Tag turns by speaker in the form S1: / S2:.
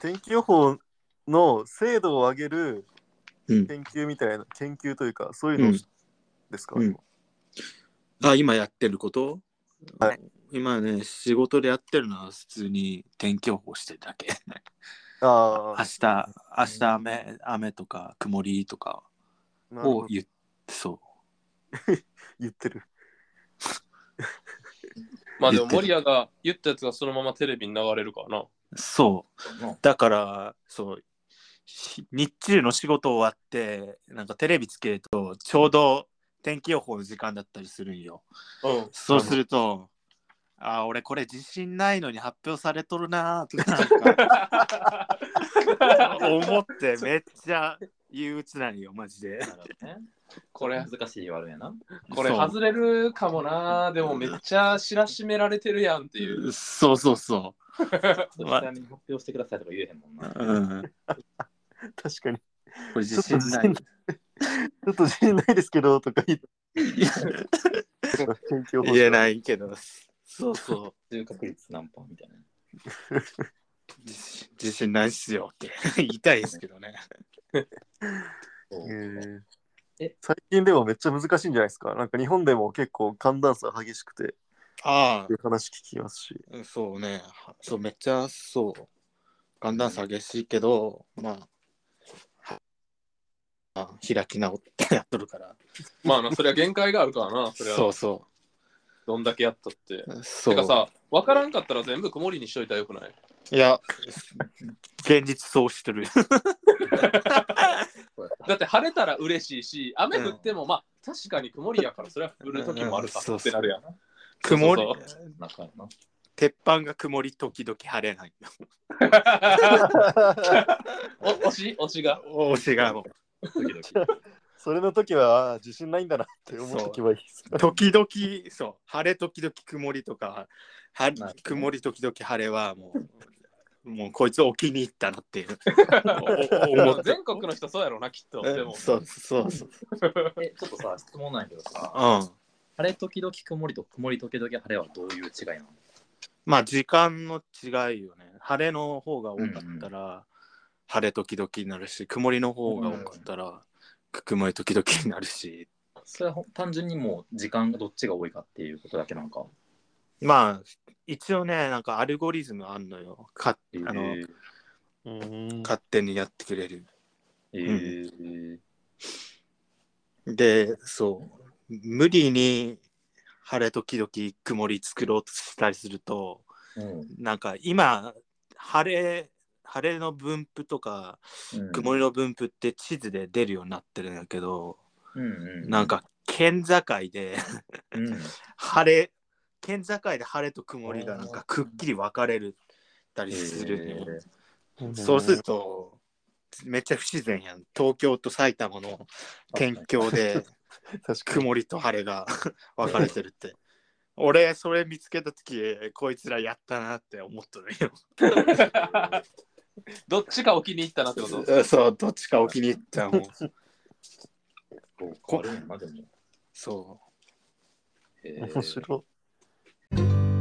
S1: 天気予報の精度を上げる
S2: うん
S1: 研究みたいな、研究というか、そういうのをしですか、
S2: うん
S1: 今
S2: あ、今やってること
S1: はい
S2: 今ね、仕事でやってるのは普通に天気予報してるだ け。
S1: あ
S2: 明
S1: あ、
S2: 日、明日雨、雨とか曇りとか
S1: なるほ
S2: を
S1: ど
S2: 言って、そ
S1: 言ってる。
S3: まあで
S2: 言
S3: も、
S2: ってる
S3: 森谷が言ったやつがそのままテレビに流れるからな。
S2: う。そう。だから、そう。し日中の仕事終わって、なんかテレビつけると、ちょうど天気予報の時間だったりするんよ。
S3: うん。
S2: そうすると、あー、俺これ自信ないのに発表されとるなーとかなんか思ってめっちゃ憂鬱なんよ、マジで。
S4: なるほどね
S3: これ
S4: 恥、ずかしい言われやな。
S3: これ
S2: そう
S3: 外れるかもな。でもめっちゃ知らしめられてるやんっていう。
S2: そうそうそ
S4: ちなみに発表してくださいとか言えへんもん
S2: う。
S4: な。
S2: うん。
S1: 確かに。ち
S2: これ自信ない。
S1: ょっと自信ないですけど、とか 言って、天気予報
S2: 言え
S1: い。
S2: ないけど。そうそう。
S4: 中確率何パーみたいな。
S2: 自信自信ないっすよって言いたいですけどね。
S4: そう
S1: へえ
S4: え
S1: 最近でもめっちゃ難しいんじゃないですか。なんか日本でも結構寒暖差激しくて、
S2: あ
S1: いう話聞きますし。
S2: あ、そうね。そう、めっちゃそう。寒暖差激しいけど、まあ、あ開き直ってやっとるから。
S3: まあな、それは限界があるからな。 それ
S2: そ
S3: は
S2: うそ
S3: どんだけやったって。
S2: う。そう
S3: てかさ、わからんかったら全部曇りにしといたらよくない
S2: いや、現実そうしてる。
S3: だって晴れたら嬉しいし、雨降っても、まあ確かに曇りやから、それは降る時もあるさ
S2: うんうん
S3: ってなるやん。
S2: 曇り
S3: そう、
S4: なんかな。
S2: 鉄板が曇り時々晴れない。
S3: お推し推しが。
S2: 推しがも
S4: 時々
S1: それの時はあー自信ないんだなって思っておけばいいです。
S2: う、 時々、そう、晴れ時々曇りとか、は
S4: なるほどね
S2: 曇り時々晴れはもう、もうこいつお気に入ったなっていう。おお思って
S3: 全国の人そうやろな、きっと。で も、
S2: そうそうそう。
S4: え、ちょっとさ、質問ないけどさ、
S2: うん。
S4: 晴れ時々曇りと曇り時々晴れはどういう違いなの
S2: まあ、時間の違いよね。晴れの方が多かったら、晴れ時々になるし、曇りの方が多かったら、曇り時々になるし、
S4: それはほん単純にもう時間がどっちが多いかっていうことだけなんか。
S2: まあ一応ねなんかアルゴリズムあんのよかあの、
S4: えー
S1: うん
S2: 勝手にやってくれる
S4: えー
S2: でそう無理に晴れ時々曇り作ろうとしたりすると
S4: うん
S2: なんか今晴れ晴れの分布とか
S4: うん
S2: 曇りの分布って地図で出るようになってるんだけど、
S4: うんうん
S2: なんか県境で
S4: うん
S2: 晴れ県境で晴れと曇りがなんかくっきり分かれるたりするのよ、
S4: えー
S2: そうすると、めっちゃ不自然やん。東京と埼玉の県境で
S1: 確かに。
S2: 曇りと晴れが 分かれてるって。俺、それ見つけたとき、こいつらやったなって思ったのよ。
S3: どっちかお気に入ったなってこと。
S2: そう、どっちかお気に入ったもん。
S4: そう
S2: こ
S4: あるんやなでも
S2: そ
S4: えー
S1: 面白い。
S2: う。